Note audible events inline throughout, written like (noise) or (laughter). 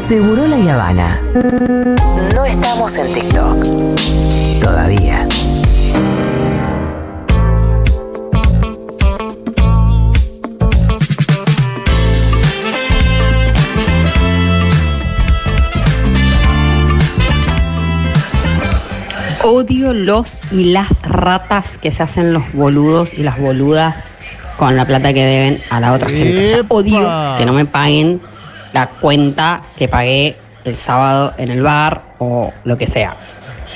Seguro la Habana. No estamos en TikTok. Todavía. (laughs) Odio los y las ratas que se hacen los boludos y las boludas con la plata que deben a la otra gente. O sea, odio que no me paguen la cuenta que pagué el sábado en el bar o lo que sea.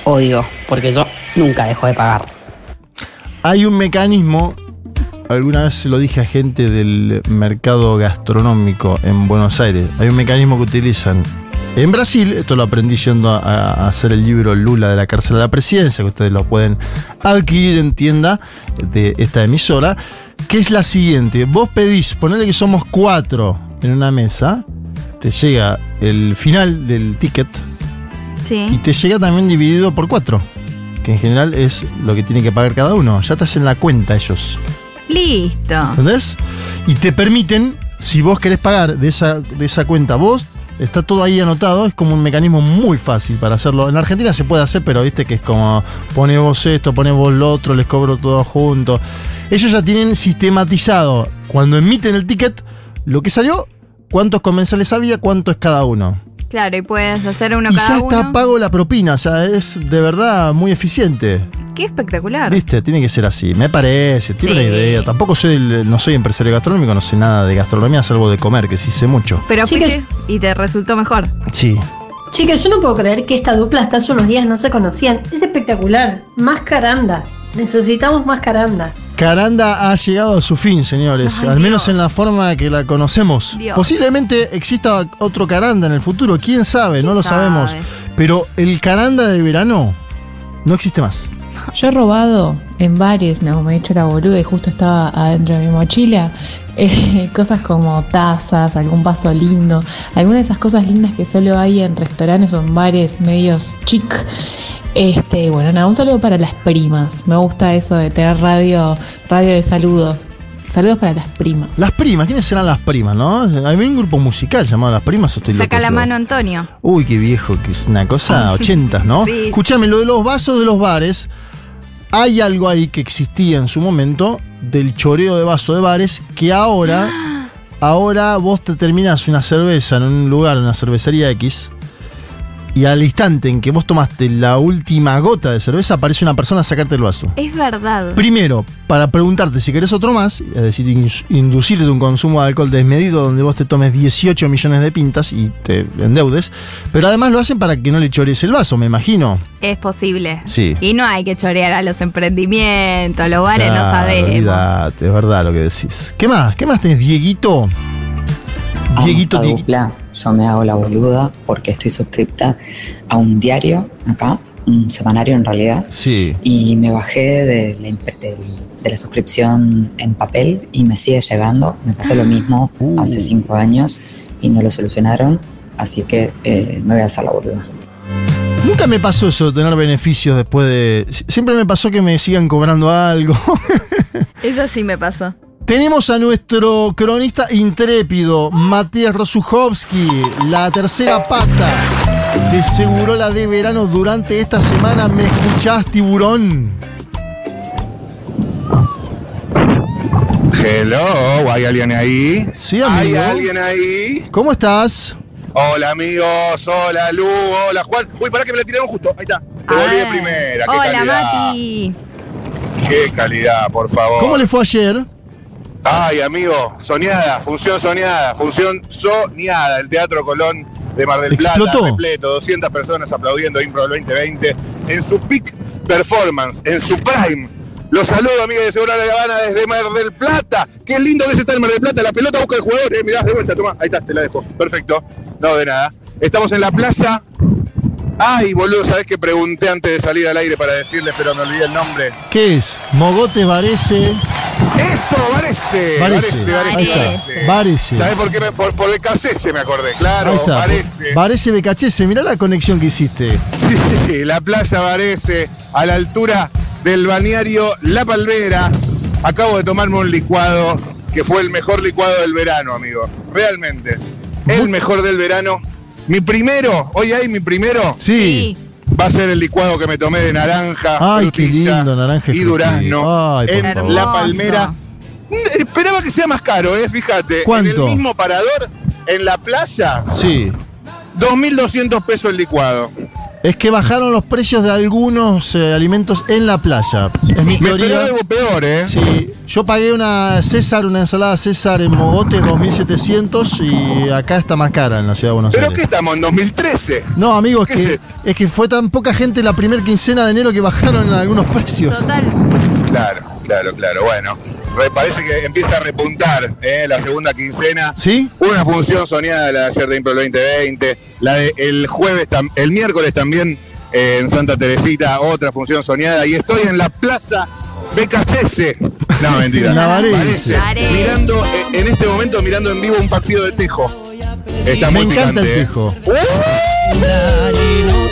Odio, porque yo nunca dejo de pagar. Hay un mecanismo, alguna vez se lo dije a gente del mercado gastronómico en Buenos Aires, hay un mecanismo que utilizan. En Brasil, esto lo aprendí yendo a, a hacer el libro Lula de la cárcel a la presidencia, que ustedes lo pueden adquirir en tienda de esta emisora, que es la siguiente. Vos pedís, ponele que somos cuatro en una mesa, te llega el final del ticket y Sí. te llega también dividido por cuatro, que en general es lo que tiene que pagar cada uno. Ya estás en la cuenta ellos. Listo. ¿Entendés? Y te permiten, si vos querés pagar de esa, de esa cuenta vos, está todo ahí anotado, es como un mecanismo muy fácil para hacerlo. En Argentina se puede hacer, pero viste que es como pone vos esto, pone vos lo otro, les cobro todo junto. Ellos ya tienen sistematizado cuando emiten el ticket lo que salió, cuántos comensales había, cuánto es cada uno. Claro, y puedes hacer uno y cada ya está uno. pago la propina, o sea, es de verdad muy eficiente. Qué espectacular. Viste, tiene que ser así, me parece, tiene Sí. una idea. Tampoco soy el- no soy empresario gastronómico, no sé nada de gastronomía, salvo de comer, que sí sé mucho. Pero Chicas- fuiste y te resultó mejor. Sí. Chicas, yo no puedo creer que esta dupla hasta hace unos días no se conocían. Es espectacular. Mascaranda. Necesitamos mascaranda. Caranda ha llegado a su fin, señores, Ay, al menos Dios. en la forma que la conocemos. Dios. Posiblemente exista otro Caranda en el futuro, quién sabe, no lo sabe? sabemos. Pero el Caranda de verano no existe más. (laughs) Yo he robado en bares, no, me he hecho la boluda y justo estaba adentro de mi mochila. (laughs) eh, cosas como tazas, algún vaso lindo, algunas de esas cosas lindas que solo hay en restaurantes o en bares medios chic. Este, bueno, nada, un saludo para las primas. Me gusta eso de tener radio, radio de saludos. Saludos para las primas. Las primas, ¿quiénes serán las primas, no? Había un grupo musical llamado Las Primas, o estoy Saca loco la yo? mano, Antonio. Uy, qué viejo, que es una cosa, 80, ¿no? (laughs) Sí. Escúchame, lo de los vasos de los bares, hay algo ahí que existía en su momento del choreo de vaso de bares que (gasps) ahora, ahora vos te terminás una cerveza en un lugar, en una cervecería X, y al instante en que vos tomaste la última gota de cerveza, aparece una persona a sacarte el vaso. Es verdad. Primero, para preguntarte si querés otro más, es decir, in- inducirte un consumo de alcohol desmedido donde vos te tomes 18 millones de pintas y te endeudes, pero además lo hacen para que no le chores el vaso, me imagino. Es posible. Sí. Y no hay que chorear a los emprendimientos, los bares, no Ya, sabemos. olvidate, es verdad lo que decís. ¿Qué más? ¿Qué más tenés, Dieguito? Amo Dieguito, esta Diegu- dupla, yo me hago la boluda porque estoy suscripta a un diario acá, un semanario en realidad, Sí. y me bajé de la, imp- del- de la suscripción en papel y me sigue llegando. Me pasó Ah. lo mismo Uh. hace cinco años y no lo solucionaron, así que eh, me voy a hacer la boluda. Nunca me pasó eso, de tener beneficios después de... Sie- Siempre me pasó que me sigan cobrando algo. Eso sí me pasó. Tenemos a nuestro cronista intrépido, Matías Rosuchowski, la tercera pata de Seguro la de verano durante esta semana. ¿Me escuchás, tiburón? Hello, ¿hay alguien ahí? Sí, ¿Hay amigo. alguien ahí? ¿Cómo estás? Hola, amigos. Hola, Lu. Hola, Juan. Uy, pará que me la tiraron justo. Ahí está. Te volví de Ah. primera. Qué Hola, calidad. Mati. Qué calidad, por favor. ¿Cómo le fue ayer? Ay, amigo. Soñada. Función soñada. Función soñada. El Teatro Colón de Mar del Plata. Explotó. Repleto. 200 personas aplaudiendo Impro 2020 en su peak performance, en su prime. Los saludo, amigos de Segura La Habana desde Mar del Plata. Qué lindo que es estar en Mar del Plata. La pelota busca el jugador. Eh, mirá, de vuelta, toma. Ahí está, te la dejo. Perfecto. No, de nada. Estamos en la plaza. Ay, boludo, sabés que pregunté antes de salir al aire para decirles, pero me olvidé el nombre. ¿Qué es? Mogote Varese. Eso, parece. Varese. Parece, Ahí está. parece. Varese. ¿Sabes por qué? Me, por, por el KCS me acordé, Ahí claro. está. Parece. Varese Becachese, mirá la conexión que hiciste. Sí, la playa parece a la altura del balneario La Palmera. Acabo de tomarme un licuado que fue el mejor licuado del verano, amigo. Realmente. El mejor del verano. Mi primero, hoy hay mi primero, Sí. va a ser el licuado que me tomé de naranja, Ay, qué frutilla lindo, naranja y frutilla. durazno Ay, por en favor. La Palmera. Mm, Esperaba que sea más caro, ¿eh? Fíjate. En ¿Cuánto? el mismo parador, en la playa, Sí. 2.200 pesos el licuado. Es que bajaron los precios de algunos eh, alimentos en la playa. Es mi Me esperaba teoría. algo peor, ¿eh? Sí, yo pagué una César, una ensalada César en Mogotes 2700 y acá está más cara en la ciudad de Buenos ¿Pero qué Aires. estamos? ¿En 2013? No, amigos, ¿Qué que, es es, que fue tan poca gente la primera quincena de enero que bajaron algunos precios. Total. Claro, claro, claro. Bueno, me parece que empieza a repuntar ¿eh? la segunda quincena. ¿Sí? Una función soñada la de ayer de Impro 2020, la de el jueves, tam- el miércoles también eh, en Santa Teresita, otra función soñada. Y estoy en la plaza Becasese. No, mentira. Navarese. Parece. Navarese. Mirando, eh, en este momento mirando en vivo un partido de tejo. Está Me muy encanta el picante, ¿eh? tejo.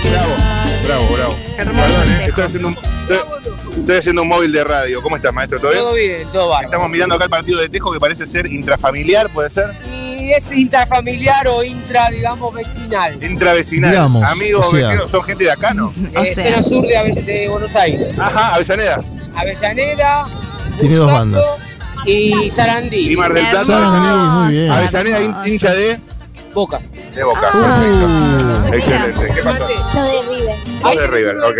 Bravo, bravo, bravo. Hermoso Perdón, ¿eh? tejo. estoy, haciendo un, estoy- estoy haciendo un móvil de radio. ¿Cómo estás, maestro? ¿Todo bien? Todo bien, todo bárbaro. Estamos mirando acá el partido de Tejo que parece ser intrafamiliar, ¿puede ser? Y es intrafamiliar o intra, digamos, vecinal. Intravecinal. Digamos, Amigos, o sea. vecinos, son gente de acá, ¿no? O Eh, sea. Zona sur de, Ave- de Buenos Aires. Ajá, Avellaneda. Avellaneda, Tiene dos Bursaco bandas. Y Sarandí. Y Mar del Plata, Hermoso, Avellaneda. muy bien. hermoso. Avellaneda, hin- hincha de, Ah, Boca. de Boca. Ah. Perfecto. Excelente. ¿Qué pasó? Yo de River. Dos de River, ok.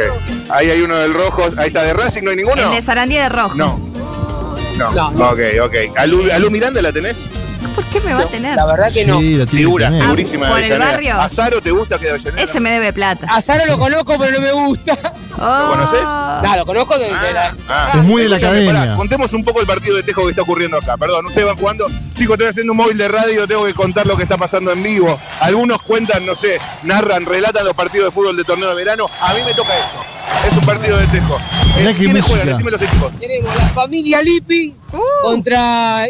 Ahí hay uno del Rojo, ahí está de Racing, ¿no hay ninguno? El de Sarandí de rojo. No. No. No. Ok, ok. ¿A Lu, a Lu Miranda la tenés? ¿Por qué me va a tener? La verdad que no. Sí, la tiene que Figura, tener. figurísima de ¿Por el Avellaneda. barrio? ¿A Zaro te gusta que de Avellaneda? Ese me debe plata. Oh. A Sara lo conozco, pero no me (laughs) gusta. ¿Lo conoces? No, lo conozco desde Ah, la. ah. Es muy de la Escuchame, academia. pará, contemos un poco el partido de Tejo que está ocurriendo acá. Perdón, ustedes van jugando. Chicos, estoy haciendo un móvil de radio, tengo que contar lo que está pasando en vivo. Algunos cuentan, no sé, narran, relatan los partidos de fútbol de torneo de verano. A mí me toca esto. Es un partido de Tejo. Eh, Mirá qué ¿Quiénes música. juegan? Decime los equipos. Uh. Tenemos la familia Lippi contra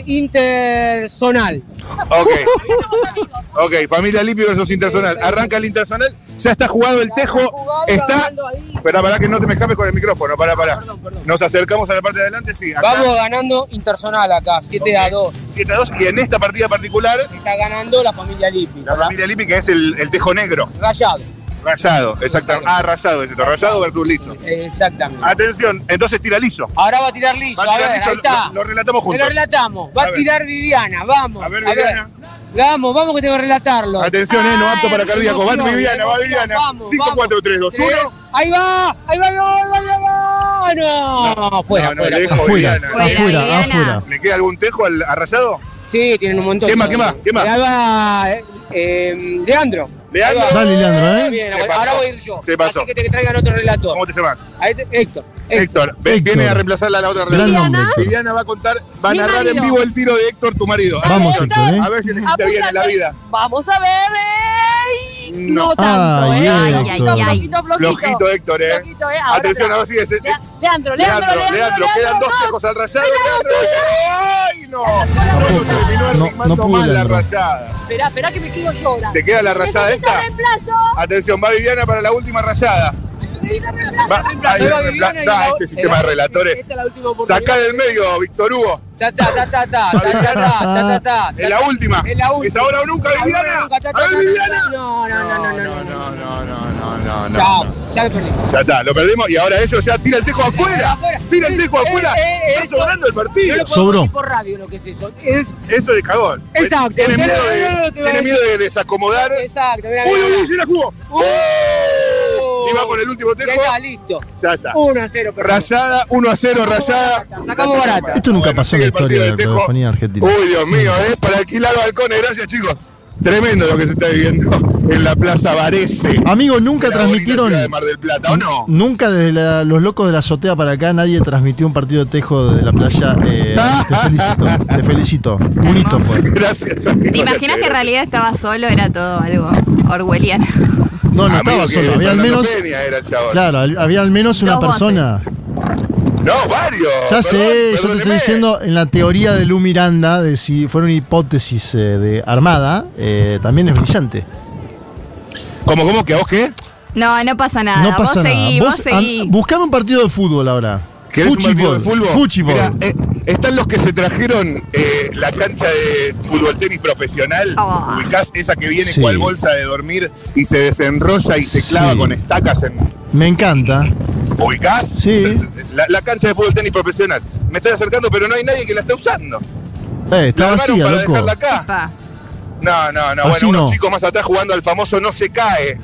Interzonal. Ok. Ok, familia Lipi versus Intersonal. Arranca el Intersonal, ya está jugado el Tejo. Está. Espera, pará que no te me escapes con el micrófono. Pará, pará. Nos acercamos a la parte de adelante, sí. acá. Vamos ganando Interzonal acá, 7 a 2. 7 a 2. Y en esta partida particular, Está ganando la familia Lippi. la familia Lipi, que es el, el tejo negro. Rayado. Rayado, exactamente. Ah, rayado es esto. Rayado versus liso. Exactamente. Atención, entonces tira liso. Ahora va a tirar liso, Va a a ver, tirar liso, ahí está. lo- lo relatamos Te juntos. lo relatamos. Va A a, ver. tirar Viviana, vamos. A ver, Viviana. Vamos, vamos que tengo que relatarlo. Atención, eh, no apto para Ay, cardíaco. Va emoción, Viviana, va emoción, Viviana. vamos, 5, vamos. 4, 3, 2, 1. Tres. Ahí va, ahí va, ahí va, ahí va, ahí va, ahí va. No, fuera, no, fuera. le dejo fuera. Afuera, Fuera, afuera, Liliana. afuera. ¿Le queda algún tejo al, a rayado? Sí, tienen un montón. ¿Qué más, qué todavía. más, qué más? Ahí va, eh, eh, Leandro. Leandro. Ahí va. Dale, Leandro, ¿eh? Bien, Se ahora- pasó. ahora voy a ir yo. Se pasó. Así que te traigan otro relator. ¿Cómo te llamas? Ahí te- Héctor. Héctor. Héctor. Ve, Héctor. Viene a reemplazarla a la otra Gran relatora. nombre, Héctor. Viviana va a contar, va a Mi narrar en marido. vivo el tiro de Héctor, tu marido. Vamos, Héctor, ¿eh? A ver si elegiste bien en la vida. Vamos a ver. ey. No. No, tanto, Ay, ¿eh? bien, Ay, ay, doctor. ay, Flojito, flojito. Flojito, Héctor, ¿eh? Flojito, ¿eh? Ahora Atención, te- ahora sí. es- es- Lea- Leandro, Leandro, Leandro, Leandro, quedan dos no. tejos al rayado. Leandro, ¡Ay, no! Bueno, terminó No, arrimando no pudo, mal la Leandro. rayada. Esperá, esperá que me quedo yo ahora. ¿Te queda la rayada Necesito esta? reemplazo. Atención, va Viviana para la última rayada. Necesito reemplazo. Va, ahí Ahí va va Viviana Viviana. y Da, la- este sistema de relatores. Esta es la última oportunidad. Sacá del medio, Víctor Hugo. Ta, ta, ta, ta, ta, ta, ta, ta, ta, ta, ta. Es la última. Es la última. Es ahora o nunca, Ahora Viviana. nunca, ta, ta, ¡A ta, ver, ta, ta. Viviana! No, no, no, no, no, no. no, no, no, no. Chao, ya me perdí. Ya está, lo perdimos y ahora ellos ya tira el tejo afuera. afuera. Tira el tejo Eh, afuera. eh, eh, Está eso. sobrando el No partido. lo podemos Sobró. decir por radio lo que es eso. Es Eso de cagón. Exacto. Tiene No, miedo no, no, no, de, te voy a tiene decir. miedo de desacomodar. exacto, mira. Uy, uy, uy, se la jugó. Oh. Y va con el último Ya tejo. está, listo. Ya está. 1 a 0, Rayada, 1 a 0, rayada. Sacamos barata. Esto nunca Bueno, pasó en sigue la el historia partido de la del Tejo. radiofonía argentina. Uy, Dios mío, ¿eh? Para alquilar balcones, gracias chicos. Tremendo lo que se está viviendo en la Plaza Varese. Amigos, nunca La bonita transmitieron. ciudad de Mar del Plata, ¿o no? Nunca desde la- los locos de la azotea para acá nadie transmitió un partido de tejo de la playa. eh, Ah, te felicito, te felicito. Bonito fue. Gracias, amigo. ¿Te imaginas que en realidad estaba solo? Era todo algo orwelliano. No, no Amigo estaba que solo. Había al Fernando menos. Peña era el chabón. Claro, al- había al menos una Dos voces. persona. No, varios. Ya sé, Perdón, yo te estoy perdóneme. diciendo en la teoría de Lu Miranda, de si fuera una hipótesis eh, de armada, eh, también es brillante. ¿Cómo, cómo? ¿Que a vos qué? No, no pasa nada. no pasa vos nada. seguí, vos, seguí. an- buscame un partido de fútbol ahora. ¿Querés un partido de fútbol? Fuchibol. Mirá, eh, Están los que se trajeron eh, la cancha de fútbol tenis profesional, ubicás esa que viene Sí. cual bolsa de dormir y se desenrolla y se clava Sí. con estacas en. Me encanta. eh, ¿Ubicás? Sí. La, la cancha de fútbol tenis profesional. Me estoy acercando, pero no hay nadie que la esté usando. Eh, está La armaron vacía, para loco. dejarla acá. No, no, no. Así bueno, unos Ah, no. chicos más atrás jugando al famoso no se cae.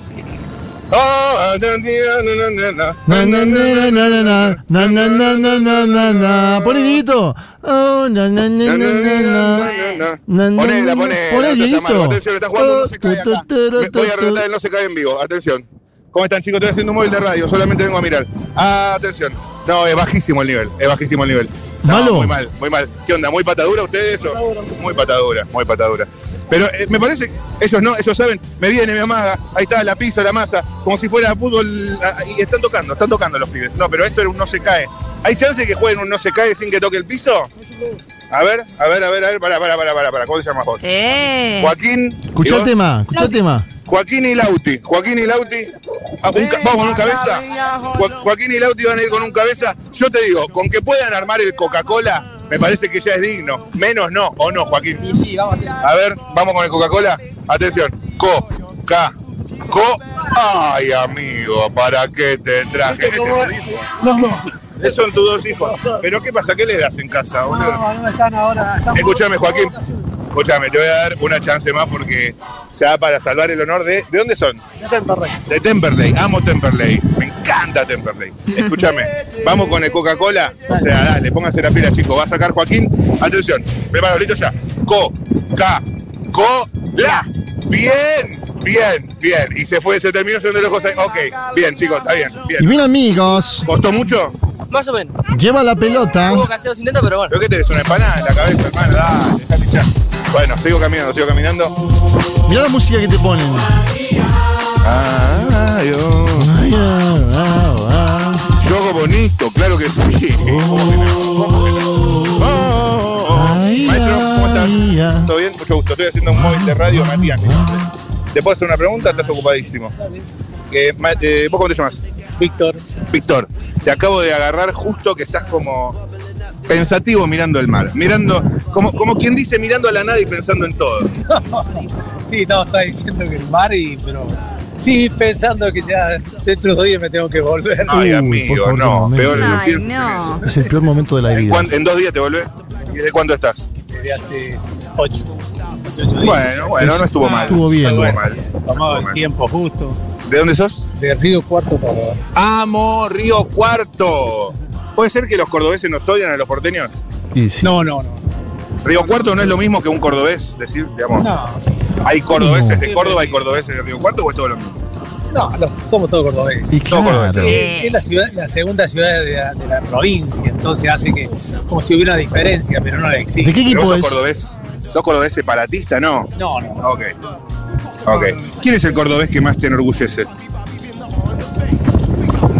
Ah, na, na, na, na, na. Na, na, na, na, na, na, na, na, na, na, na, na, na. Poné, Dieguito. Oh, na, na, na, na, na, na. Na, na, Ponela, na, ponela. poné, no seas Dieguito. amargo. Atención, está jugando, no se cae Tu, acá. tu, tu, tu, Me- Voy a tu. relatar el no se cae en vivo. Atención. ¿Cómo están, chicos? Estoy haciendo un móvil de radio. Solamente vengo a mirar. Ah, atención. No, es bajísimo el nivel. Es bajísimo el nivel. No, ¿Malo? Muy mal, muy mal. ¿Qué onda? ¿Muy patadura ustedes? o- Muy patadura, muy patadura. Pero eh, me parece, ellos no, ellos saben, me viene, me amaga, ahí está la pizza, la masa, como si fuera fútbol, ah, y están tocando, están tocando los pibes. No, pero esto era un no se cae. ¿Hay chance de que jueguen un no se cae sin que toque el piso? A ver, a ver, a ver, a ver, para, para, para, para, para. ¿Cómo te llamas vos? Eh. eh. Joaquín. Escuchá el ¿y vos? tema, escuchá el tema. Joaquín y Lauti. Joaquín y Lauti. Ah, un ca- ¿Vamos con un cabeza? Jo- Joaquín y Lauti van a ir con un cabeza. Yo te digo, con que puedan armar el Coca-Cola, me parece que ya es digno. Menos no, o no, Joaquín. A ver, vamos con el Coca-Cola. Atención. Co, ca, co. Ay, amigo, ¿para qué te traje? este ¿Qué te pedí? Los dos. Esos son tus dos hijos. ¿Pero qué pasa? ¿Qué le das en casa, boludo? No, no están ahora. estamos- Escúchame, Joaquín. Escúchame, te voy a dar una chance más porque ya para salvar el honor de. ¿De dónde son? Ya está en Parrey. De Temperley, amo Temperley, me encanta Temperley. Escúchame, vamos con el Coca-Cola. O sea, dale, pónganse la pila, chicos. Va a sacar Joaquín. Atención, preparados, listo ya. Coca-Cola. Bien, bien, bien. Y se fue, se terminó siendo los ojos. ahí. Ok, bien, chicos, está bien, Y bien. bien, amigos, ¿Costó mucho? Más o menos. lleva la pelota. Hubo que hacer los intentos, pero bueno. ¿Pero qué tenés? ¿Una empanada en la cabeza, hermano? Dale, dale, ya. Bueno, sigo caminando, sigo caminando. Mirá la música que te ponen. Ay, oh. Ay, ah, ah, ah. Yo hago bonito, claro que sí. ¿Cómo que no? ¿Cómo que no? Oh, oh, oh. Ay, Maestro, ¿cómo ay, ah. estás? ¿Todo bien? Mucho gusto. Estoy haciendo un móvil de radio, Matías. mi nombre. ¿Te puedo hacer una pregunta? Estás ocupadísimo. Eh, Ma- eh, ¿Vos cómo te llamas? Víctor. Víctor, te acabo de agarrar justo que estás como pensativo mirando el mar. Mirando, como, como quien dice, mirando a la nada y pensando en todo. Sí, no, está diciendo que el mar y. Pero. Sí, pensando que ya dentro de dos días me tengo que volver. Uy, Ay, Uh, por amigo, favor, no. no me- Peor no Ay, pienses en no. Es el peor momento de la eso. ¿En, vida. cuán- en dos días te volvés? ¿Y desde cuándo estás? Desde hace ocho. Hace ocho días. Bueno, bueno, no estuvo mal. Estuvo bien. No estuvo mal. Tomaba el tiempo justo. ¿De dónde sos? De Río Cuarto para. Amo Río Cuarto. ¿Puede ser que los cordobeses nos odian a los porteños? Y sí. No, no, no. Río Cuarto no es lo mismo que un cordobés, decir, digamos. No, ¿Hay cordobeses de No. Córdoba y cordobeses de Río Cuarto o es todo lo mismo? no, los- somos todos cordobeses. Y Todo claro. correcto. Eh, Es la, ciudad, la segunda ciudad de la, de la provincia, entonces hace que como si hubiera una diferencia, pero no la ¿De qué existe. Pero equipo vos sos es? cordobés, sos cordobés separatista, ¿no? No, no. Ok. Ok. ¿Quién es el cordobés que más te enorgullece?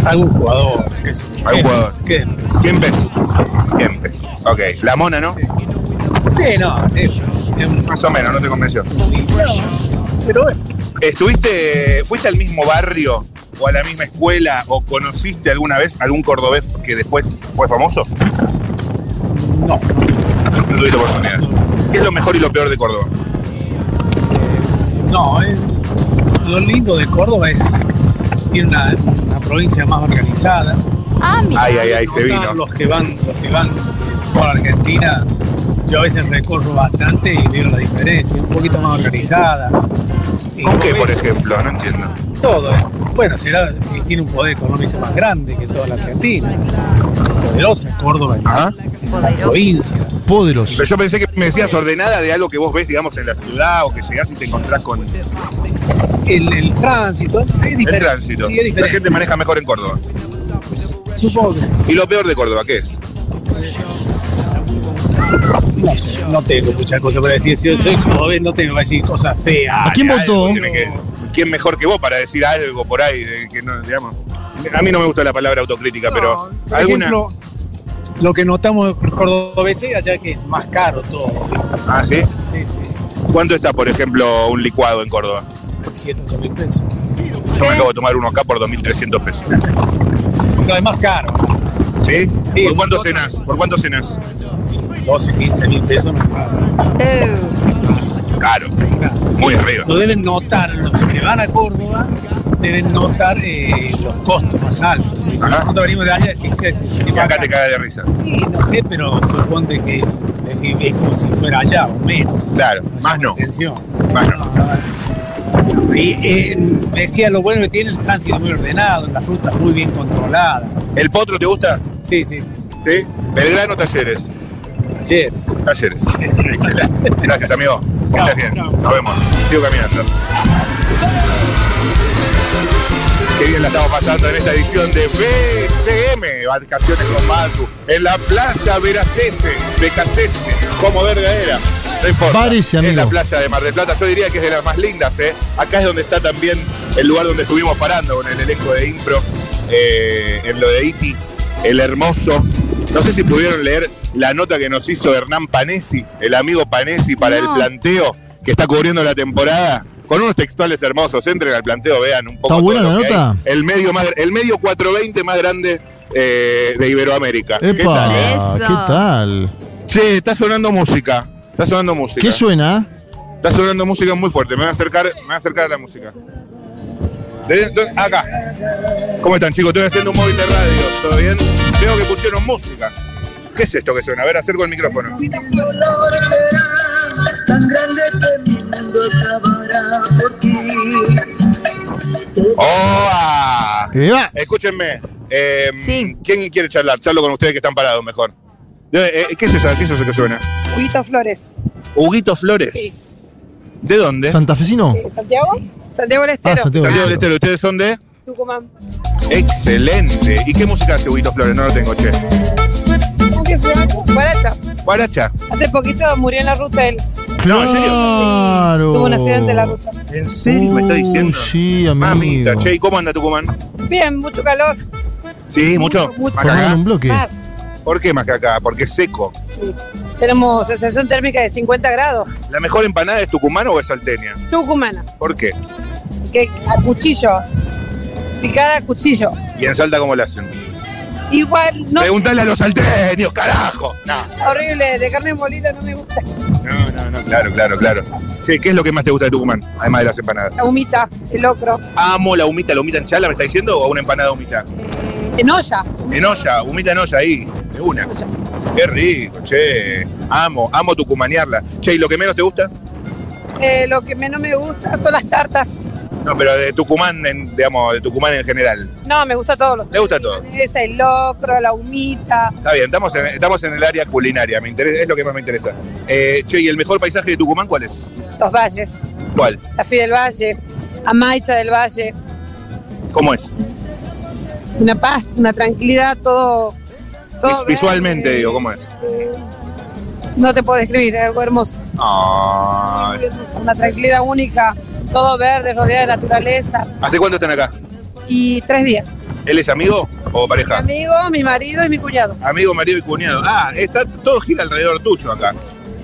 Algún jugador. qué sé yo. Algún jugador. ¿Qué? ¿Quién ves? ¿Quién ves? Ok. La mona, ¿no? Sí, no. es- es un- Más o menos, no te convenció. pero bueno, ¿Estuviste, fuiste al mismo barrio o a la misma escuela o conociste alguna vez algún cordobés que después fue famoso? no. No tuviste oportunidad. ¿Qué es lo mejor y lo peor de Córdoba? No, eh, lo lindo de Córdoba es tiene una, una provincia más organizada. Ah, mira. Ay, ay, ay, se vino. Los que van, los que van por Argentina, yo a veces recorro bastante y veo la diferencia, un poquito más organizada. Y ¿Con qué, vos por ves ejemplo? No entiendo. Todo. eh. Bueno, será que tiene un poder económico más grande que toda la Argentina. Poderosa Córdoba en sí, Ajá. la provincia. Poderoso. Pero yo pensé que me decías ordenada de algo que vos ves, digamos, en la ciudad o que llegás y te encontrás con el El, el tránsito es diferente. tránsito. Sí, es la diferente. gente maneja mejor en Córdoba. Supongo que sí. ¿Y lo peor de Córdoba qué es? No, sé, no tengo muchas cosas para decir. Si yo soy joven, no tengo para decir cosas feas. ¿A quién Dale, votó? algo tiene que- ¿Quién mejor que vos para decir algo por ahí? de que no, digamos? A mí no me gusta la palabra autocrítica, pero Por alguna. ejemplo, lo que notamos cordobeses allá que es más caro todo. Ah, ¿sí? Sí, sí. ¿Cuánto está, por ejemplo, un licuado en Córdoba? 7, 8 mil pesos. Yo me acabo de tomar uno acá por 2.300 pesos. No, es más caro. ¿Sí? Sí. ¿Por cuánto cenás? ¿Por cuánto cenás? Y 12, 15 mil pesos no es nada. Eh. Más. Caro. Muy arriba. Lo deben notar los que van a Córdoba, deben notar eh, los costos más altos. Si nosotros venimos de allá y decimos que Y acá te caga de risa. Sí, no sé, pero suponte que decir, es como si fuera allá o menos. Claro, más no. Atención. Más no. Y eh, me decía lo bueno que tiene el tránsito muy ordenado, las rutas muy bien controladas. ¿El potro te gusta? Sí, sí, sí. ¿Sí? Belgrano Talleres. Talleres. Talleres. Excelente. Gracias, amigo. Que estés bien. Nos vemos. Sigo caminando. Qué bien la estamos pasando en esta edición de BCM, Vacaciones con Matu, en la playa Veracese, Becacese, como verdadera. No importa. Parece, es amigo. la playa de Mar del Plata, yo diría que es de las más lindas, ¿eh? Acá es donde está también el lugar donde estuvimos parando con el elenco de Impro, eh, en lo de Iti, el hermoso. No sé si pudieron leer la nota que nos hizo Hernán Panesi, el amigo Panesi, para No. el planteo que está cubriendo la temporada. Con unos textuales hermosos, entren al planteo, vean un poco. ¿Está buena todo lo la que nota? hay. El medio, más, el medio 420 más grande eh, de Iberoamérica. ¿Qué Epa, tal? eh? Eso. ¿qué tal? Che, está sonando música. Está sonando música. ¿Qué suena? Está sonando música muy fuerte. Me voy a acercar, me voy a, acercar a la música. ¿De dónde? Acá. ¿Cómo están, chicos? Estoy haciendo un móvil de radio. ¿Todo bien? Veo que pusieron música. ¿Qué es esto que suena? A ver, acerco el micrófono. ¡Oh! ah. Eh, va. Escúchenme. eh, Sí. ¿Quién quiere charlar? Charlo con ustedes que están parados mejor. Eh, eh, ¿Qué es eso? ¿Qué es eso que suena? Huguito Flores. Huguito Flores. ¿De dónde? ¿Santafesino? ¿Santiago? Santiago del Ah, Estero. Santiago. Santiago del Estero. ¿Ustedes son de? Tucumán. Excelente. ¿Y qué música hace Huguito Flores? No lo tengo, che. Aunque se llama Guaracha. Guaracha. Hace poquito murió en la ruta él. No, en serio. Claro. Tuvo un accidente en la ruta. ¿En serio Oh, me está Uy, diciendo? Sí, amigo. Mamita, che, ¿y cómo anda Tucumán? Bien, mucho calor. Sí, mucho. Mucho, mucho. Más que Ponele acá. un bloque. Más. ¿Por qué más que acá? Porque es seco. Sí. Tenemos sensación térmica de 50 grados. ¿La mejor empanada es Tucumán o es salteña? Tucumana. ¿Por qué? Que a cuchillo. Picada a cuchillo. ¿Y en Salta cómo la hacen? Igual, no. Preguntale a los salteños, carajo. No. Horrible, de carne molida no me gusta. No, no, no, claro, claro, claro. Che, ¿qué es lo que más te gusta de Tucumán? Además de las empanadas. La humita, el locro. Amo la humita, la humita en chala, ¿me está diciendo? ¿O una empanada humita? En olla. En olla, humita en olla ahí, de una. Qué rico, che. Amo, amo tucumanearla. Che, ¿y lo que menos te gusta? Eh, lo que menos me gusta son las tartas. No, pero de Tucumán, en- digamos, de Tucumán en general. No, me gusta todo. Los ¿Te gusta todo? es el locro, la humita. Está bien, estamos en, estamos en el área culinaria, me interesa, es lo que más me interesa. Eh, che, ¿y el mejor paisaje de Tucumán cuál es? Los valles. ¿Cuál? Tafí del Valle. Amaicha del Valle. ¿Cómo es? Una paz, una tranquilidad, todo. todo Vis- verde. visualmente, digo, ¿cómo es? No te puedo describir, es algo hermoso. Ay. Una tranquilidad única. Todo verde, rodeado de naturaleza. ¿Hace cuánto están acá? Y tres días. ¿Él es amigo o pareja? Mi amigo, mi marido y mi cuñado. Amigo, marido y cuñado. Ah, está, todo gira alrededor tuyo acá.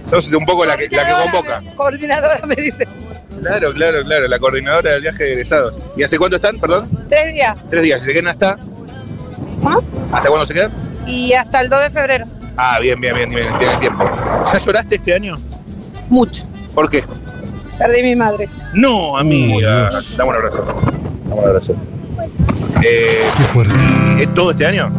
Entonces, un poco la que, la que Coordinadora convoca. me- Coordinadora me dice. Claro, claro, claro, la coordinadora del viaje de egresados. ¿Y hace cuánto están, perdón? Tres días. Tres días. ¿Se quedan hasta? ¿Ah? ¿Hasta cuándo se quedan? Y hasta el 2 de febrero. Ah, bien, bien, bien, bien, tienen tiempo. ¿Ya lloraste este año? Mucho. ¿Por qué? Perdí mi madre. No, amiga. Dame un abrazo. Dame un abrazo. Eh, Qué fuerte. ¿es ¿Todo este año?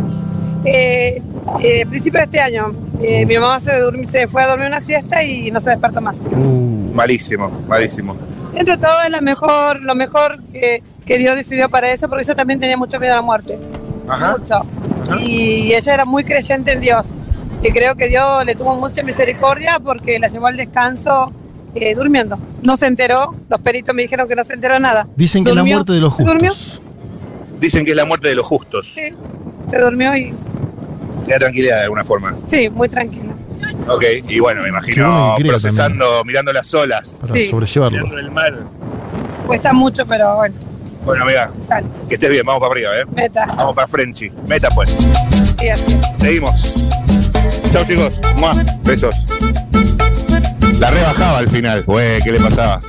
Eh, eh, principio de este año, eh, mi mamá se, durmi- se fue a dormir una siesta y no se despertó más. Uh, Malísimo, malísimo. Dentro de todo es la mejor, lo mejor que, que Dios decidió para eso, porque yo también tenía mucho miedo a la muerte. Ajá. Mucho. Y ella era muy creyente en Dios. Que creo que Dios le tuvo mucha misericordia porque la llevó al descanso eh, durmiendo. No se enteró, los peritos me dijeron que no se enteró nada. Dicen que es la ¿Durmió? muerte de los ¿Se durmió? justos. Dicen que es la muerte de los justos. Sí. Se durmió y Te da tranquilidad de alguna forma. sí, muy tranquila. Ok, y bueno, me Qué bueno imagino que creo procesando, mirando las olas, Para Sí. sobrellevarlo. mirando el mar. Cuesta mucho, pero bueno, Bueno, amiga, sal, que estés bien, vamos para arriba, ¿eh? meta. Vamos para Frenchy. Meta, pues. Sí, así es. Seguimos. Chao, chicos. Mua. Besos. La rebajaba al final. Güey, ¿qué le pasaba?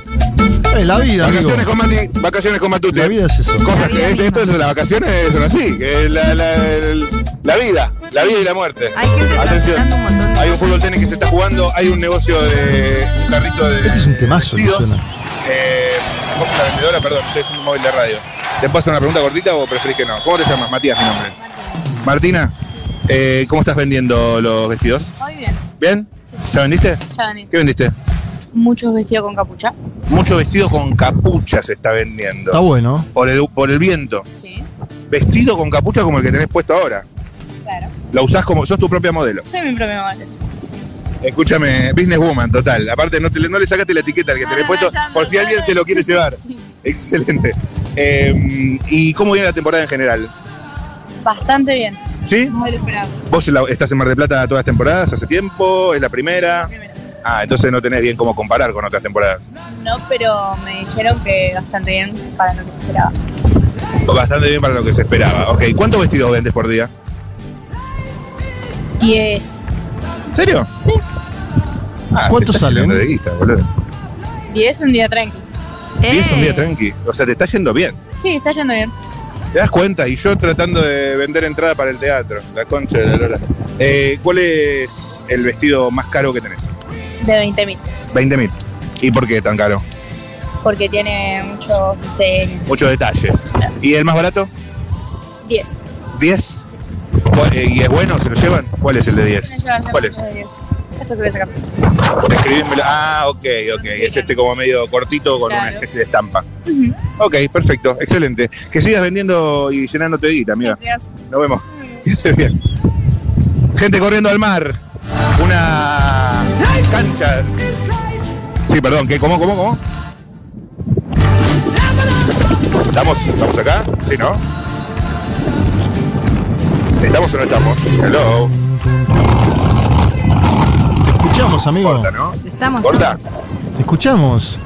Eh, la vida, amigo. Vacaciones con Mati, vacaciones con Matute. La vida es eso. Cosas que este- esto es las vacaciones son así. que La, la- el- la vida, la vida y la muerte. Hay gente Atención. transitando un montón de Hay hay un fútbol tenis que se está jugando, hay un negocio de un carrito de. Este es un temazo que vestidos. suena. Eh, ¿Cómo es la vendedora? Perdón, estoy haciendo un móvil de radio. ¿Te puedo hacer una pregunta cortita o preferís que no? ¿Cómo te llamas? Matías, mi nombre. Martina, eh, ¿cómo estás vendiendo los vestidos? Muy bien, ¿Bien? ¿Ya vendiste? ya vení. ¿Qué vendiste? Muchos vestidos con capucha. Mucho vestido con capucha se está vendiendo. Está bueno. Por el, por el viento. Sí. Vestido con capucha como el que tenés puesto ahora. Claro. La usás como. sos tu propia modelo. Soy mi propio modelo. Escúchame, businesswoman, total. Aparte, no, te, le- no le sacaste la etiqueta al que No, te le he no, puesto no, ya me por si lo alguien sabe. se lo quiere llevar. Excelente. Eh, ¿Y cómo viene la temporada en general? Bastante bien. ¿Sí? No lo esperaba. ¿Vos en la- estás en Mar del Plata todas las temporadas? ¿Hace tiempo? ¿Es la primera? Ah, entonces no tenés bien cómo comparar con otras temporadas. No, pero me dijeron que bastante bien para lo que se esperaba. Bastante bien para lo que se esperaba. Ok, ¿cuántos vestidos vendes por día? 10. ¿En serio? Sí. Ah, ¿Cuántos te estás salen? llenando de guita, boludo. 10 un día tranqui. Eh. Y es un día tranqui. O sea, te está yendo bien. Eh. Sí, está yendo bien. ¿Te das cuenta? Y yo tratando de vender entrada para el teatro, la concha de la lora. Eh, ¿Cuál es el vestido más caro que tenés? De 20.000. 20 mil. ¿Y por qué tan caro? Porque tiene muchos diseños. Mucho detalle. ¿Y el más barato? 10. 10. ¿Cuál- eh, ¿Y es bueno? ¿Se lo llevan? ¿Cuál es el de 10? ¿Cuál es? Esto que voy a sacar. Escribímelo. Ah, ok, ok. Es este como medio cortito con una Claro. especie de estampa. Ok, perfecto. Excelente. Que sigas vendiendo y llenándote de guita, amiga. Gracias. Mm. Nos vemos. Que estés bien. Gente corriendo al mar. Una cancha. Sí, perdón, ¿qué? ¿Cómo, cómo, cómo? ¿Estamos, ¿Estamos acá? Sí, ¿no? ¿Estamos o no estamos? Hello. Te escuchamos, amigo. Corta, ¿no? Estamos. ¿Corta? Te escuchamos.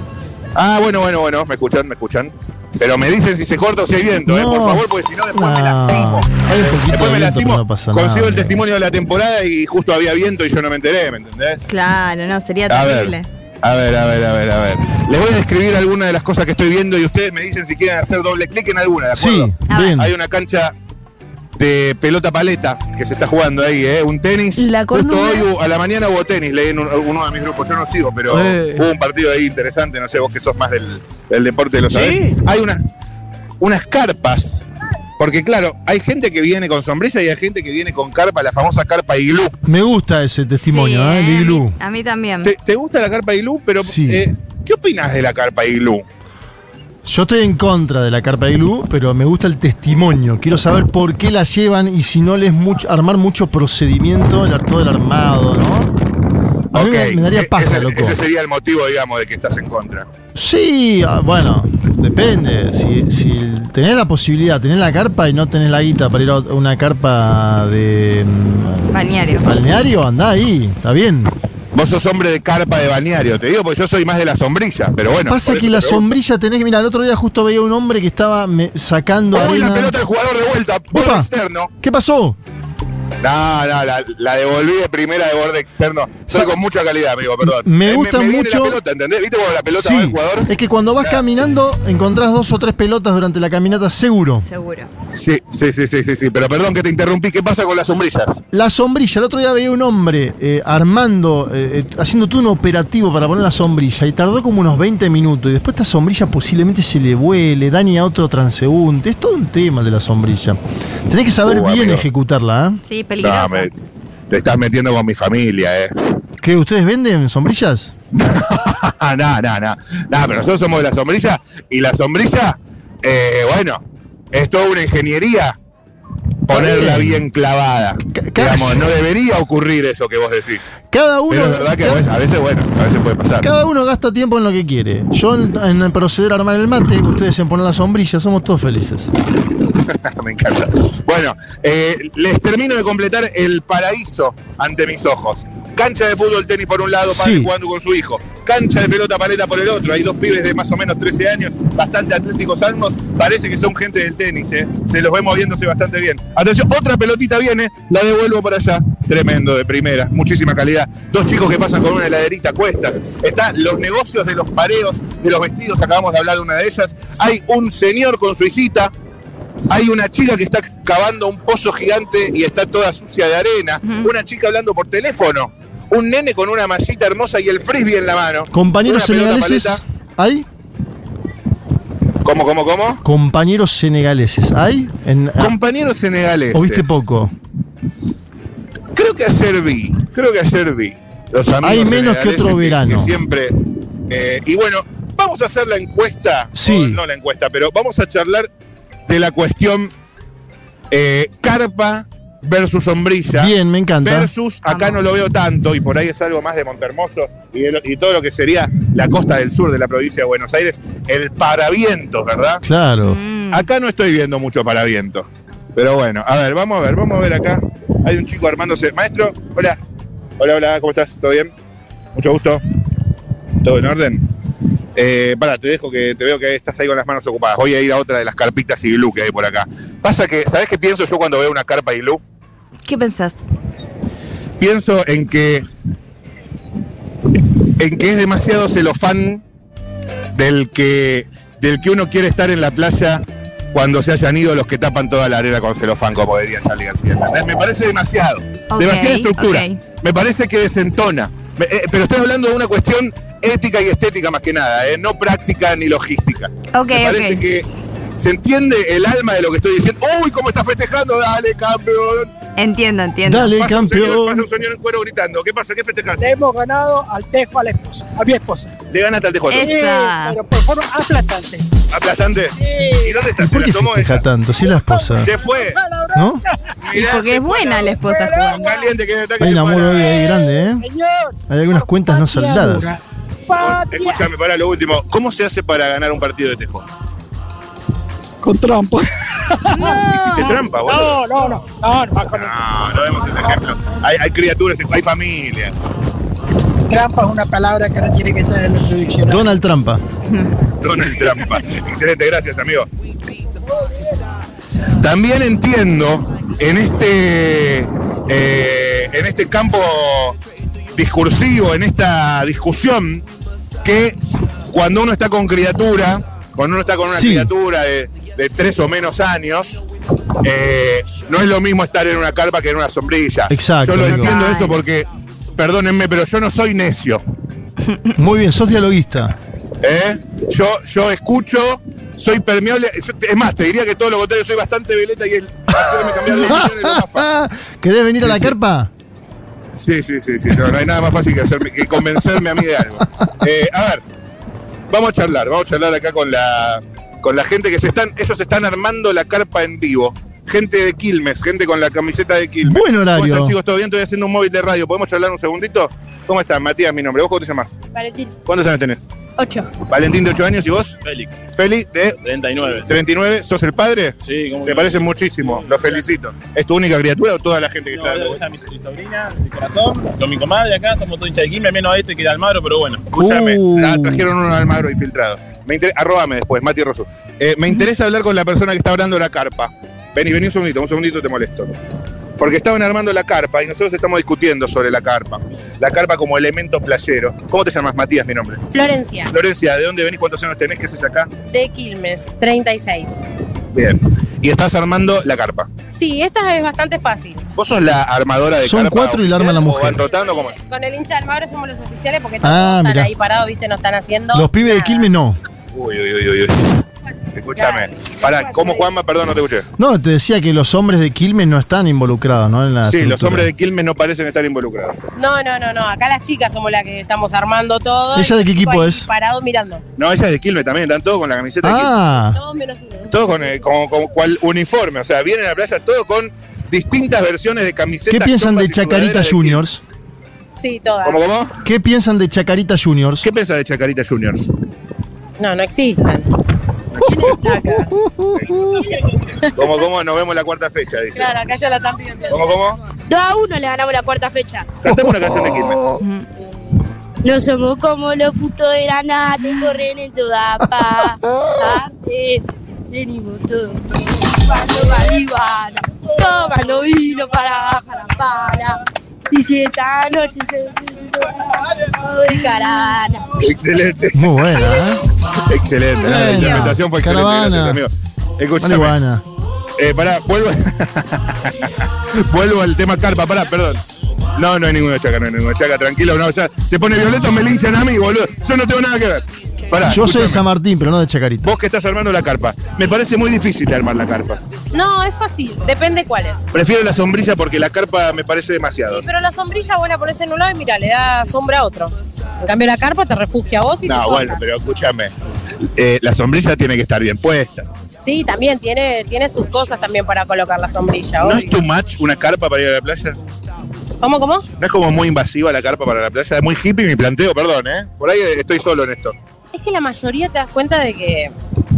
Ah, bueno, bueno, bueno. Me escuchan, me escuchan. Pero me dicen si se corta o si hay viento, ¿eh? No. Por favor, porque si no después me No. lastimo. Hay un poquito de Después me viento, lastimo. pero no pasa nada, Consigo el amigo. testimonio de la temporada y justo había viento y yo no me enteré, ¿me entendés? Claro, no, sería A terrible. ver, a ver, a ver, a ver, a ver. Les voy a describir alguna de las cosas que estoy viendo y ustedes me dicen si quieren hacer doble clic en alguna, ¿de acuerdo? Sí, bien. Hay una cancha de pelota paleta que se está jugando ahí, ¿eh? Un tenis. La Justo cornuna. hoy hubo- a la mañana hubo tenis, leí en un- uno de mis grupos, yo no sigo, pero Eh. hubo un partido ahí interesante, no sé, vos que sos más del, del deporte, lo sabés. Hay unas, unas carpas. Porque claro, hay gente que viene con sombrilla y hay gente que viene con carpa, la famosa carpa iglú. Me gusta ese testimonio, Sí, ¿eh? a mí- Liglú. A mí también. ¿Te, te gusta la carpa iglú? Pero, Sí. eh, ¿qué opinas de la carpa iglú? Yo estoy en contra de la carpa de glue, pero me gusta el testimonio. Quiero saber por qué la llevan y si no les mucho, armar mucho procedimiento, el, ar- todo el armado, ¿no? A mí Ok, me, me daría e- paja, ese, loco. ese sería el motivo, digamos, de que estás en contra. Sí, ah, bueno, depende. Si, si tenés la posibilidad, tenés la carpa y no tenés la guita para ir a ot- una carpa de mm, Balneario. balneario, andá ahí, está bien. Vos sos hombre de carpa de balneario, te digo, porque yo soy más de la sombrilla, pero bueno. Pasa por eso que te la pregunto. sombrilla tenés. Mira, el otro día justo veía un hombre que estaba me- sacando. ¡Uy, la arena. pelota del jugador de vuelta! ¡Borde Opa. externo! ¿Qué pasó? No, no, la, la devolví de primera de borde externo. Soy Sa- con mucha calidad, amigo, perdón. Me Eh, gusta me, viene mucho- la pelota, ¿entendés? ¿Viste cuando la pelota Sí, va al jugador? Es que cuando vas caminando encontrás dos o tres pelotas durante la caminata seguro. Seguro. Sí, sí, sí, sí, sí, sí, pero perdón que te interrumpí. ¿Qué pasa con las sombrillas? La sombrilla, el otro día veía un hombre eh, armando, eh, eh, haciendo todo un operativo para poner la sombrilla y tardó como unos 20 minutos y después esta sombrilla posiblemente se le vuele, daña a otro transeúnte, es todo un tema de la sombrilla. Tenés que saber Uh, bien amigo. ejecutarla, ¿eh? Sí, No, peligroso. me- te estás metiendo con mi familia, ¿eh? ¿Qué? ¿Ustedes venden sombrillas? Ah, no, no, no. No, pero nosotros somos de la sombrilla y la sombrilla, eh, bueno, es toda una ingeniería ponerla bien. bien clavada. Ca- ca- Digamos, no debería ocurrir eso que vos decís. Cada uno. Pero es verdad que a ca- veces, a veces, bueno, a veces puede pasar. Cada uno gasta tiempo en lo que quiere. Yo en, en proceder a armar el mate, ustedes en poner la sombrilla, somos todos felices. Me encanta. Bueno, eh, les termino de completar el paraíso ante mis ojos. Cancha de fútbol, tenis por un lado, padre Sí. jugando con su hijo. Cancha de pelota, paleta por el otro. Hay dos pibes de más o menos 13 años, bastante atléticos ambos. Parece que son gente del tenis, ¿eh? Se los ve moviéndose bastante bien. Atención, otra pelotita viene, la devuelvo para allá. Tremendo, de primera, muchísima calidad. Dos chicos que pasan con una heladerita a cuestas. Están los negocios de los pareos, de los vestidos, acabamos de hablar de una de ellas. Hay un señor con su hijita, hay una chica que está cavando un pozo gigante y está toda sucia de arena. Una chica hablando por teléfono. un nene con una mallita hermosa y el frisbee en la mano. Compañeros Una pelota senegaleses, ¿hay? ¿Cómo, cómo, cómo? Compañeros senegaleses, ¿hay? En- ah, Compañeros senegaleses. ¿O viste poco? Creo que ayer vi, creo que ayer vi. Los amigos Hay menos que senegaleses otro verano. que siempre. eh, y bueno, vamos a hacer la encuesta. Sí. o no la encuesta, pero vamos a charlar de la cuestión eh, carpa versus sombrilla. Bien, me encanta. Versus, acá no lo veo tanto, y por ahí es algo más de Montermoso y, de lo- y todo lo que sería la costa del sur de la provincia de Buenos Aires, el paravientos, ¿verdad? Claro. Mm, Acá no estoy viendo mucho paraviento. Pero bueno, a ver, vamos a ver, vamos a ver acá. Hay un chico armándose. Maestro, hola. Hola, hola, ¿cómo estás? ¿Todo bien? Mucho gusto. ¿Todo en orden? Eh, para, te dejo que te veo que estás ahí con las manos ocupadas. Voy a ir a otra de las carpitas iglú que hay por acá. Pasa que, ¿sabes qué pienso yo cuando veo una carpa iglú? ¿Qué pensás? Pienso en que en que es demasiado celofán del que del que uno quiere estar en la playa cuando se hayan ido los que tapan toda la arena con celofán, como diría Charlie García. ¿Entendés? Me parece demasiado. Ok, demasiada estructura. ok. Me parece que desentona. Me- eh, pero estoy hablando de una cuestión ética y estética más que nada, ¿eh? no práctica ni logística. Ok, Me parece ok. que se entiende el alma de lo que estoy diciendo. ¡Uy, cómo está festejando! ¡Dale, campeón! Entiendo, entiendo. Pasa un señor- pasa un señor en cuero gritando. ¿Qué pasa? ¿Qué festejas? Le hemos ganado al tejo a la esposa, a mi esposa. Le ganaste al tejuelo. Eh, pero por forma aplastante. Aplastante. ¿Y dónde está? ¿Y Se por la qué tomó ella. festeja tanto? Si es la esposa. Se fue. ¿No? Y porque es buena la esposa jugando. Caliente que está que Hay se un amor para. hoy ahí grande, ¿eh? Hay algunas cuentas no saldadas. Escúchame, para lo último. ¿Cómo se hace para ganar un partido de este tejo? Con trampa. Hiciste trampa, No, boludo. no, no. No, no, con No, no vemos ese ejemplo. Hay, hay criaturas, hay familia. trampa es una palabra que no tiene que estar en nuestro diccionario. Donald Trampa. Donald Trampa. Excelente, gracias, amigo. También entiendo en este, eh, en este campo discursivo, en esta discusión, que cuando uno está con criatura, cuando uno está con una Sí. criatura de, de tres o menos años, eh, no es lo mismo estar en una carpa que en una sombrilla. Exacto, Yo lo amigo. entiendo eso porque, perdónenme, pero yo no soy necio. Muy bien, sos (laughs) dialoguista. ¿eh? Yo, yo escucho, soy permeable. yo te- es más, te diría que todo lo contrario, soy bastante veleta y el hacerme cambiar de opinión es lo más fácil. ¿Querés venir a Sí, la sí. carpa? Sí, sí, sí, sí. No, no hay nada más fácil que, hacerme, que convencerme a mí de algo. Eh, a ver, vamos a charlar, vamos a charlar acá con la, con la gente que se están, ellos están armando la carpa en vivo. Gente de Quilmes, gente con la camiseta de Quilmes. Buen horario. ¿Cómo están, chicos? ¿Todo bien? Estoy haciendo un móvil de radio. ¿Podemos charlar un segundito? ¿Cómo están? Matías, mi nombre. ¿Vos cómo te llamas? Valentín, ¿Cuántos años tenés? 8. Valentín, de 8 años. ¿Y vos? Félix, Feli, de 39. 39, ¿sos el padre? Sí, como Se parecen muchísimo, lo felicito. ¿Es tu única criatura o toda la gente que No, está? boludo, esa es mi, mi sobrina, mi corazón, con mi comadre acá, somos todos hinchas de Quilmes, menos a este que era Almagro, pero bueno. Escúchame, ah, Uh. trajeron uno al magro infiltrado. Me inter- Arróbame después, Mati Rosu. Eh, me interesa hablar con la persona que está hablando de la carpa. Vení, vení un segundito, un segundito te molesto. Porque estaban armando la carpa y nosotros estamos discutiendo sobre la carpa. La carpa como elemento playero. ¿Cómo te llamas, Matías, mi nombre? Florencia, Florencia, ¿de dónde venís? ¿Cuántos años tenés? ¿Qué haces acá? de Quilmes, 36. Bien. Y estás armando la carpa. Sí, esta es bastante fácil. ¿Vos sos la armadora de Son carpa cuatro y la arma oficial la o mujer. van rotando? ¿Cómo es? Con el hincha del Magro somos los oficiales porque todos Ah, están mirá. ahí parados, ¿viste? No están haciendo. Los pibes de Quilmes no. Uy, uy, uy, uy. uy. Escúchame. Pará, ¿cómo Juanma? Perdón, no te escuché. No, te decía que los hombres de Quilmes no están involucrados, ¿no? En la Sí, los estructura. hombres de Quilmes no parecen estar involucrados. No, no, no, no. Acá las chicas somos las que estamos armando todo. ¿Ella y de qué los chicos equipo ahí es? Parados mirando. No, ella es de Quilmes también, están todos con la camiseta de Quilmes. Ah, Todos menos uno. Todos con, eh, con- con cual uniforme, o sea, vienen a la playa todos con distintas versiones de camisetas. ¿qué piensan chopas de y sudaderas Chacarita de Juniors? Sí, todas. Quilmes. ¿Cómo, cómo? ¿Qué piensan de Chacarita Juniors? ¿Qué piensas de Chacarita Juniors? No, no existen. ¿Quién es Chaca? (laughs) ¿Cómo, cómo? Nos vemos la cuarta fecha, dice. Claro, acá ya la están pidiendo. ¿Cómo, cómo? Cada uno le ganamos la cuarta fecha. Cantemos una canción de Quilmes. Oh. No somos como los putos de la nada, que corren en toda parte. Venimos todos tomando marihuana, tomando vino para, para, para. Y si esta noche se se- de carana. Excelente. (laughs) Muy buena, ¿eh? Excelente. La Bueno. interpretación fue excelente, gracias, Caravana. amigo. Escuchame. Marihuana. (laughs) Eh, pará, vuelvo. vuelvo al tema carpa, pará, perdón. No, no hay ninguna chaca, no hay ninguna chaca, tranquilo. No, o sea, se pone violento, me linchan a mí, boludo. Yo no tengo nada que ver. Pará, Yo soy escúchame. de San Martín, pero no de Chacarita. Vos que estás armando la carpa. Me parece muy difícil de armar la carpa. No, es fácil, depende cuáles. Prefiero la sombrilla porque la carpa me parece demasiado. Pero la sombrilla vos la ponés en un lado y mira, le da sombra a otro. En cambio la carpa te refugia a vos y te No, bueno, pero escúchame. Eh, la sombrilla tiene que estar bien puesta. Sí, también tiene, tiene sus cosas también para colocar la sombrilla. ¿No obvio. es too much una carpa para ir a la playa? ¿Cómo, cómo? ¿No es como muy invasiva la carpa para la playa? Es muy hippie mi planteo, perdón, ¿eh? Por ahí estoy solo en esto. Es que la mayoría te das cuenta de que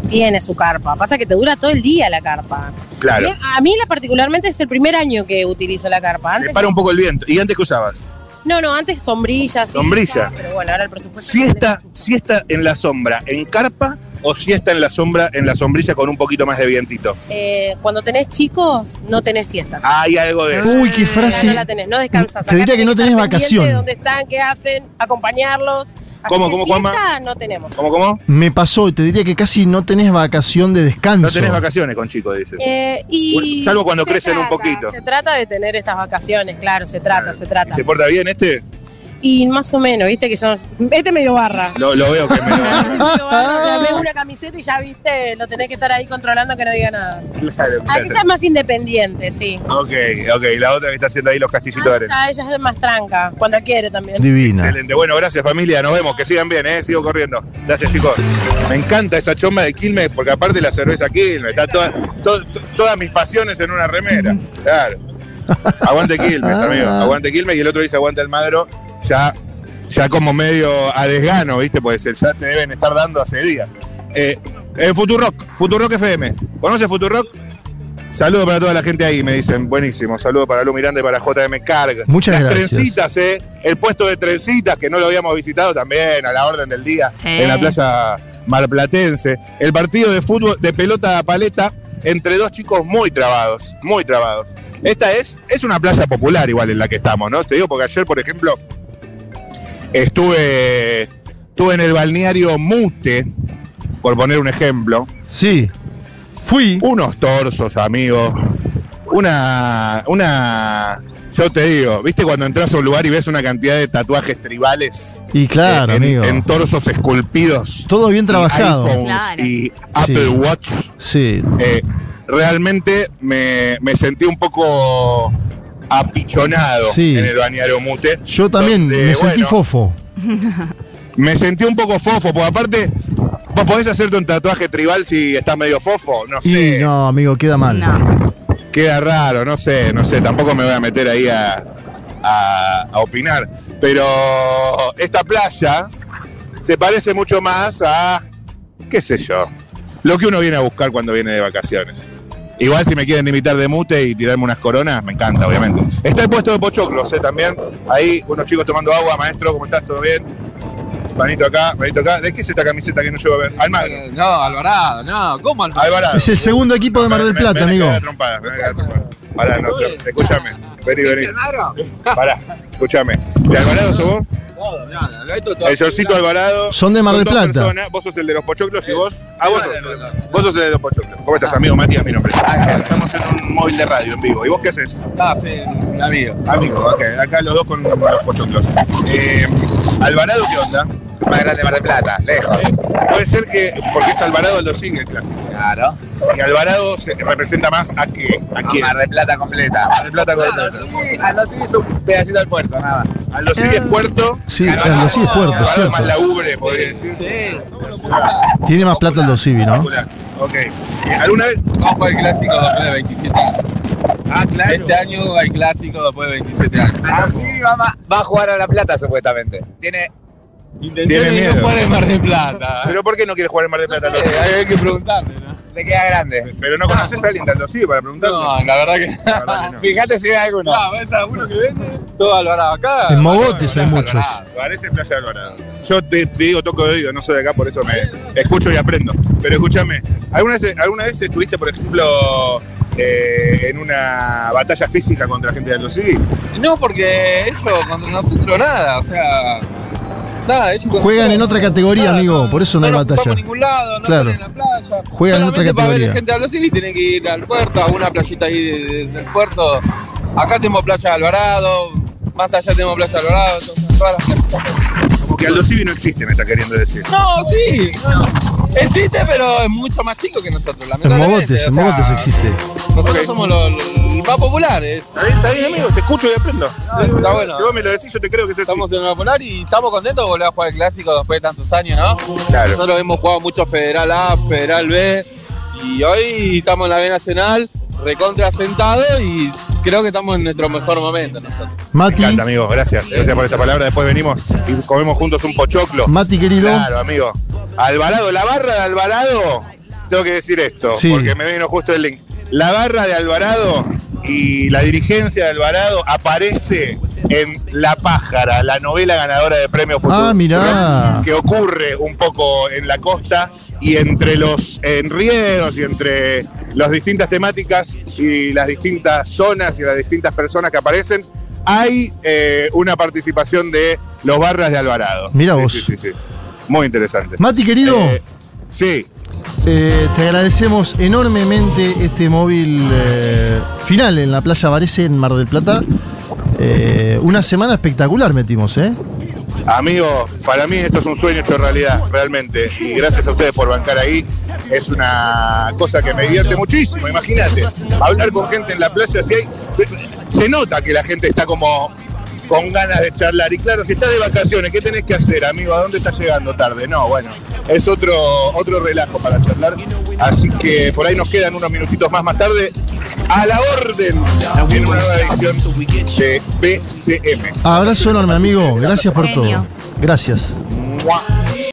tiene su carpa. Pasa que te dura todo el día la carpa. Claro. Bien, A mí la particularmente es el primer año que utilizo la carpa. Antes, Te para un poco el viento. ¿Y antes qué usabas? No, no, antes sombrillas. Sombrilla. Pero bueno, ahora el presupuesto. ¿Siesta, siesta en la sombra en carpa o siesta en la sombra en la sombrilla con un poquito más de vientito? Eh, cuando tenés chicos, no tenés siesta. Hay algo de eso. Uy, qué frase. No la tenés, no descansas. Te diría que no tenés Pendiente de vacación. dónde están, qué hacen, acompañarlos. Así ¿Cómo, que cómo, siesta Juanma? no tenemos. ¿Cómo, cómo? Me pasó, te diría que casi no tenés vacación de descanso. No tenés vacaciones con chicos, dice. Eh, y Salvo cuando se crecen un trata, poquito. Se trata de tener estas vacaciones, claro, se trata, se trata. ¿Se porta bien este? Y más o menos, viste que yo. Este medio barra. Lo, lo veo que (laughs) me Medio barra, o sea, ves una camiseta y ya viste, lo tenés que estar ahí controlando que no diga nada. Claro, claro. Aquella es más independiente, sí. Ok, ok. La otra que está haciendo ahí los castillitos de arena. Ya ella es más tranca, cuando quiere también. Excelente. Bueno, gracias familia. Nos vemos. Que sigan bien, ¿eh? Sigo corriendo. Gracias, chicos. Me encanta esa chomba de Quilmes porque aparte la cerveza Quilmes. Está toda, to- to- todas mis pasiones en una remera. Claro. Aguante Quilmes, amigo. Ah. Aguante Quilmes. Y el otro dice aguante Almagro. Ya, ya como medio a desgano, ¿viste? Pues ya te deben estar dando hace días. Eh, eh, Futurock. Futurock FM. ¿Conoces Futurock? Saludos para toda la gente ahí, me dicen. Buenísimo. Saludos para Lu Miranda y para JM Carg. Muchas Las gracias. trencitas, ¿eh? El puesto de trencitas, que no lo habíamos visitado también, a la orden del día, Sí. en la plaza marplatense. El partido de fútbol de pelota a paleta entre dos chicos muy trabados, muy trabados. Esta es, es una plaza popular igual en la que estamos, ¿no? Te digo porque ayer, por ejemplo, estuve, estuve en el balneario Mute, por poner un ejemplo. Sí. Fui. Unos torsos, amigo. Una. Una. Yo te digo, ¿viste cuando entras a un lugar y ves una cantidad de tatuajes tribales? Y claro, en, amigo. en torsos esculpidos. Todo bien y trabajado. iPhones Claro. y Apple Sí. Watch. Sí. Eh, realmente me, me sentí un poco apichonado Sí. en el bañero mute. Yo también donde, me sentí bueno, fofo. me sentí un poco fofo, porque aparte, vos podés hacerte un tatuaje tribal si estás medio fofo, no sé. Y no, amigo, queda mal. Queda raro, no sé, no sé, tampoco me voy a meter ahí a, a- a opinar. Pero esta playa se parece mucho más a, qué sé yo, lo que uno viene a buscar cuando viene de vacaciones. Igual si me quieren invitar de mute y tirarme unas coronas, me encanta, obviamente. Está el puesto de Pochoclos, ¿eh? También. Ahí, unos chicos tomando agua. Maestro, ¿cómo estás? ¿Todo bien? Manito acá, manito acá. ¿De qué es esta camiseta que no llego a ver? Almagro. Eh, No, Alvarado, Ah, no. ¿Cómo Alvarado? Alvarado. Es el segundo equipo de Mar del Plata, amigo. Trompada, me van a quedar trompada. Pará, no sé. Escúchame. Vení, vení. Pará, escúchame. ¿De Alvarado sos vos? El Yorcito Alvarado. Son de Mar del dos Plata. personas. Vos sos el de los pochoclos y vos. Ah, vos sos, vos sos el de los pochoclos. ¿Cómo estás, amigo Matías? Mi nombre es Ángel. Estamos en un móvil de radio en vivo. ¿Y vos qué haces? Ah, sí, amigo. Amigo, ok. Acá los dos con los pochoclos. Eh, Alvarado, ¿qué onda? Más grande Mar del Plata, lejos. Puede ser que, porque es Alvarado el sigue el clásico. Claro. Y Alvarado se representa más a qué? A, quién? Mar del Plata completa. Mar del Plata completa. Aldo Civi es un pedacito del puerto, nada más. Aldo Civi es puerto. Ah. Sí, Aldo Civi es puerto, Alvarado cierto. más lagubre, podría decir. Tiene más plata el Dosivi, ¿no? Ok. ¿Alguna vez? Eh, Vamos para el clásico después de 27 años. Ah, claro. Este año hay clásico después de 27 años. Aldo Civi Ah, va, va a jugar a La Plata, supuestamente. Tiene. Tiene de miedo. no jugar en Mar del Plata. ¿Pero por qué no quieres jugar en Mar del Plata? sé, Aldo? hay que preguntarle, ¿no? Te queda grande. Pero no conoces a alguien de Aldo Civi para preguntarle. No, la verdad que. no. Fíjate si ves alguno. Ah, ves a alguno que vende, todo Alvarado acá. En Mogotes hay muchos. Parece Playa Alvarado. Yo te, te digo toco de oído, no soy de acá, por eso me escucho y aprendo. Pero escúchame, ¿alguna vez, ¿alguna vez estuviste, por ejemplo, eh, en una batalla física contra gente de Aldo Civi? No, porque ellos contra nosotros nada, o sea. Nada, ellos contra Juegan nosotros en otra categoría, amigo, por eso no, hay batalla. cruzamos ningún lado, no claro. están en la playa. Juegan en otra Solamente para ver categoría. gente de Aldo Civi tienen que ir al puerto, a una playita ahí de- de- del puerto. Acá tenemos Playa de Alvarado, Más allá tenemos Plaza Colorado, entonces, todas las playas. Como que Aldo Civi no existe, me está queriendo decir. No, sí. no. Existe, pero es mucho más chico que nosotros. En lamentablemente, Mogotes, o en sea, Mogotes existe. Nosotros somos los, los más populares. Está bien, está bien, amigo. Te escucho y aprendo. Ah, está bueno. Si vos me lo decís, yo te creo que es así. Estamos en el popular y estamos contentos de volver a jugar el clásico después de tantos años, ¿no? Claro. Nosotros hemos jugado mucho Federal A, Federal B y hoy estamos en la B Nacional, recontra sentado y creo que estamos en nuestro mejor momento. nosotros. Mati. Me encanta, amigo. Gracias. Gracias por esta palabra. Después venimos y comemos juntos un pochoclo. Mati, querido. Claro, amigo. Alvarado, la barra de Alvarado. Tengo que decir esto, Sí. porque me vino justo el link. La barra de Alvarado y la dirigencia de Alvarado aparece en La Pájara, la novela ganadora de premio Futuro. Ah, mirá. Que ocurre un poco en la costa y entre los enriedos y entre las distintas temáticas y las distintas zonas y las distintas personas que aparecen, hay eh, una participación de los barras de Alvarado. Mirá Sí, vos. Sí, sí, sí. Muy interesante. Eh, Mati, querido. sí. Eh, te agradecemos enormemente este móvil eh, final en la playa Varese en Mar del Plata. Eh, una semana espectacular metimos, ¿eh? Amigo, para mí esto es un sueño hecho realidad, realmente. Y gracias a ustedes por bancar ahí. Es una cosa que me divierte muchísimo, imagínate. Hablar con gente en la playa, si hay. Se nota que la gente está como con ganas de charlar. Y claro, si estás de vacaciones, ¿qué tenés que hacer, amigo? ¿A dónde estás llegando tarde? No, bueno, es otro, otro relajo para charlar. Así que por ahí nos quedan unos minutitos más más tarde. A la orden en una nueva edición de BCM. Abrazo enorme, amigo. Gracias por todo. Gracias. Mua.